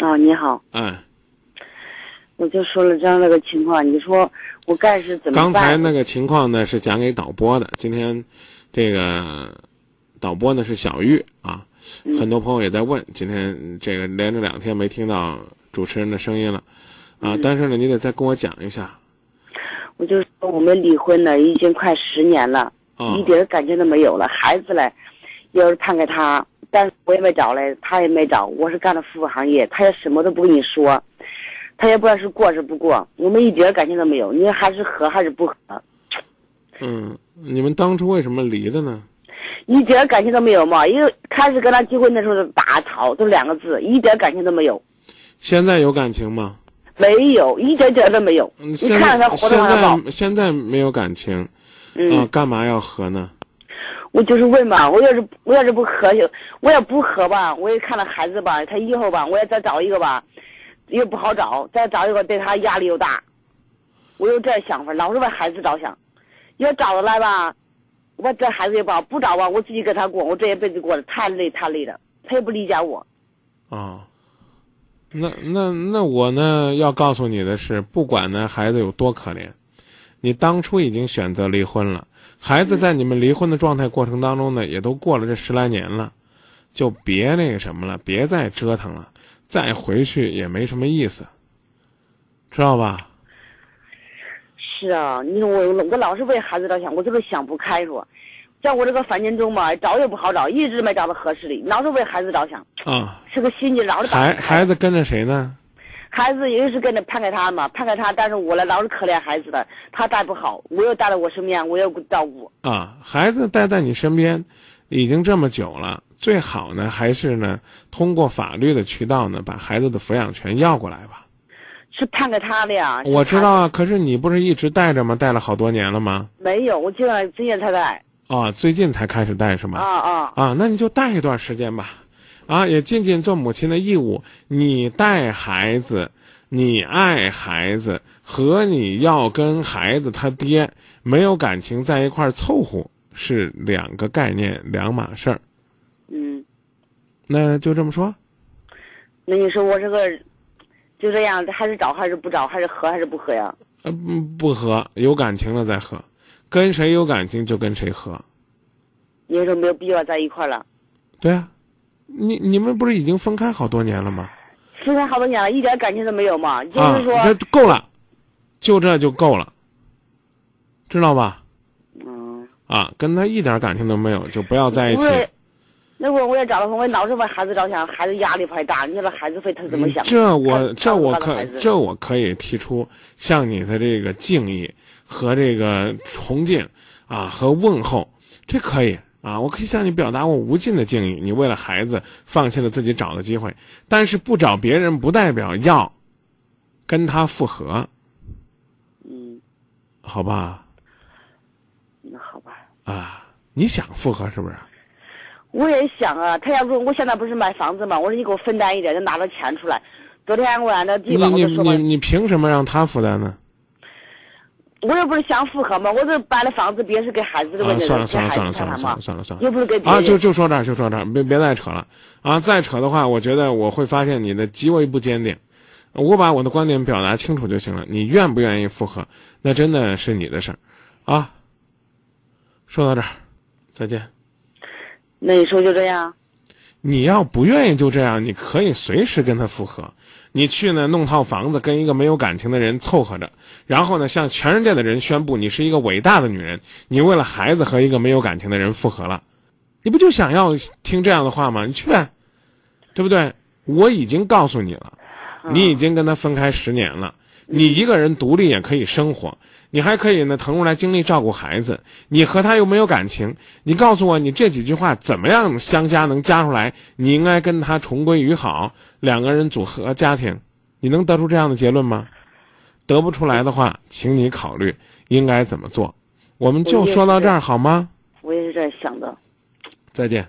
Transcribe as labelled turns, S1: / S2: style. S1: 哦，你好，
S2: 嗯，
S1: 我就说了这样的个情况，你说我该是怎么办？
S2: 刚才那个情况呢是讲给导播的，今天这个导播呢是小玉啊，
S1: 嗯
S2: 很多朋友也在问，今天这个连着两天没听到主持人的声音了
S1: 嗯
S2: 啊，但是呢你得再跟我讲一下
S1: 我就说我们离婚了，已经快十年了，
S2: 啊
S1: 一，点儿感情都没有了。孩子嘞，要是判给他，但是我也没找嘞，他也没找。我是干的服务行业，他也什么都不跟你说，他也不知道是过是不过。我们一点儿感情都没有，你还是和还是不和，
S2: 嗯，你们当初为什么离的呢？
S1: 一点儿感情都没有嘛。因为开始跟他结婚的时候打吵，都两个字，一点儿感情都没有，
S2: 现在有感情吗？
S1: 没有，一点点儿都没有。
S2: 嗯，
S1: 你
S2: 现
S1: 看着
S2: 在
S1: 他活
S2: 现
S1: 得还好，
S2: 在现在没有感情
S1: 嗯。
S2: 啊，干嘛要和呢？
S1: 我就是问嘛，我要是我要是不合就，我要不合吧，我也看了孩子吧，他以后吧，我要再找一个吧，又不好找，再找一个对他压力又大，我有这想法，老是为孩子着想，要找得来吧，我这孩子也不好，不找吧，我自己跟他过，我这一辈子过得太累太累了，他也不理解我，
S2: 啊，那那那我呢要告诉你的是，不管呢孩子有多可怜，你当初已经选择离婚了，孩子在你们离婚的状态过程当中呢，也都过了这十来年了，就别那个什么了，别再折腾了，再回去也没什么意思，知道吧？
S1: 是啊，你说我我老是为孩子着想，我就是想不开说，在我这个烦心中吧，找也不好找，一直没找到合适的，老是为孩子着想，
S2: 啊，
S1: 是个心里老是打
S2: 孩
S1: 不开
S2: 孩子跟着谁呢？
S1: 孩子也是跟着判给他嘛，判给他，但是我来老是可怜孩子的，他带不好，我又带到我身边，我又照顾。
S2: 啊，孩子待在你身边已经这么久了，最好呢还是呢通过法律的渠道呢把孩子的抚养权要过来吧。
S1: 是判给他的哎呀。是
S2: 我知
S1: 他
S2: 道啊，可是你不是一直带着吗？带了好多年了吗？
S1: 没有，我就在最近才在。
S2: 啊，最近才开始带是
S1: 啊
S2: 吗？
S1: 啊，
S2: 啊，那你就带一段时间吧，啊，也尽尽做母亲的义务。你带孩子，你爱孩子，和你要跟孩子他爹没有感情在一块儿凑合是两个概念，两码事儿。
S1: 嗯，
S2: 那就这么说，
S1: 那你说我这个就这样，还是找还是不找，还是和还是不和呀？
S2: 呃，嗯不和有感情了再和，跟谁有感情就跟谁和。
S1: 你说没有必要在一块儿了，
S2: 对啊，你你们不是已经分开好多年了吗？
S1: 分开好多年了，一点感情都没有嘛。就
S2: 啊，
S1: 是说，
S2: 这够了，就这就够了，知道吧？
S1: 嗯，
S2: 啊，跟他一点感情都没有，就不要在一
S1: 不
S2: 起。
S1: 是，那我我也找了，我老是为孩子着想，孩子压力太大，你说孩子会他怎么想？
S2: 嗯这我
S1: 看
S2: 这我
S1: 看不到
S2: 可
S1: 孩子
S2: 这我可以提出向你的这个敬意和这个崇敬啊和问候，这可以啊，我可以向你表达我无尽的敬意。你为了孩子放弃了自己找的机会，但是不找别人不代表要跟他复合，
S1: 嗯，
S2: 好吧？
S1: 那嗯好吧。
S2: 啊，你想复合是不是？
S1: 我也想啊，他要不我现在不是买房子嘛，我说你给我分担一点，就拿着钱出来。昨天我俺那地
S2: 你
S1: 方我
S2: 你
S1: 就说嘛
S2: 你，你凭什么让他负担呢？
S1: 我又不是想复合嘛，我这搬了房子，别是给孩子的
S2: 啊
S1: 问，题，
S2: 算了
S1: 给
S2: 算了
S1: 孩子
S2: 算了算
S1: 看
S2: 了
S1: 看
S2: 算
S1: 嘛
S2: 了，算了算了
S1: 又不是给别人。
S2: 啊！就就说这儿，就说这儿，别别再扯了啊！再扯的话，我觉得我会发现你的极为不坚定。我把我的观点表达清楚就行了。你愿不愿意复合，那真的是你的事儿，啊。说到这儿，再见。
S1: 那你说就这样，
S2: 你要不愿意就这样，你可以随时跟他复合。你去呢弄套房子，跟一个没有感情的人凑合着，然后呢向全世界的人宣布你是一个伟大的女人，你为了孩子和一个没有感情的人复合了，你不就想要听这样的话吗？你去呗，对不对？我已经告诉你了，
S1: 嗯
S2: 你已经跟他分开十年了，你一个人独立也可以生活，你还可以呢腾出来精力照顾孩子，你和他又没有感情，你告诉我你这几句话怎么样相加能加出来？你应该跟他重归于好，两个人组合家庭，你能得出这样的结论吗？得不出来的话，请你考虑应该怎么做。我们就说到这儿好吗？
S1: 我也是这样想的。
S2: 再见。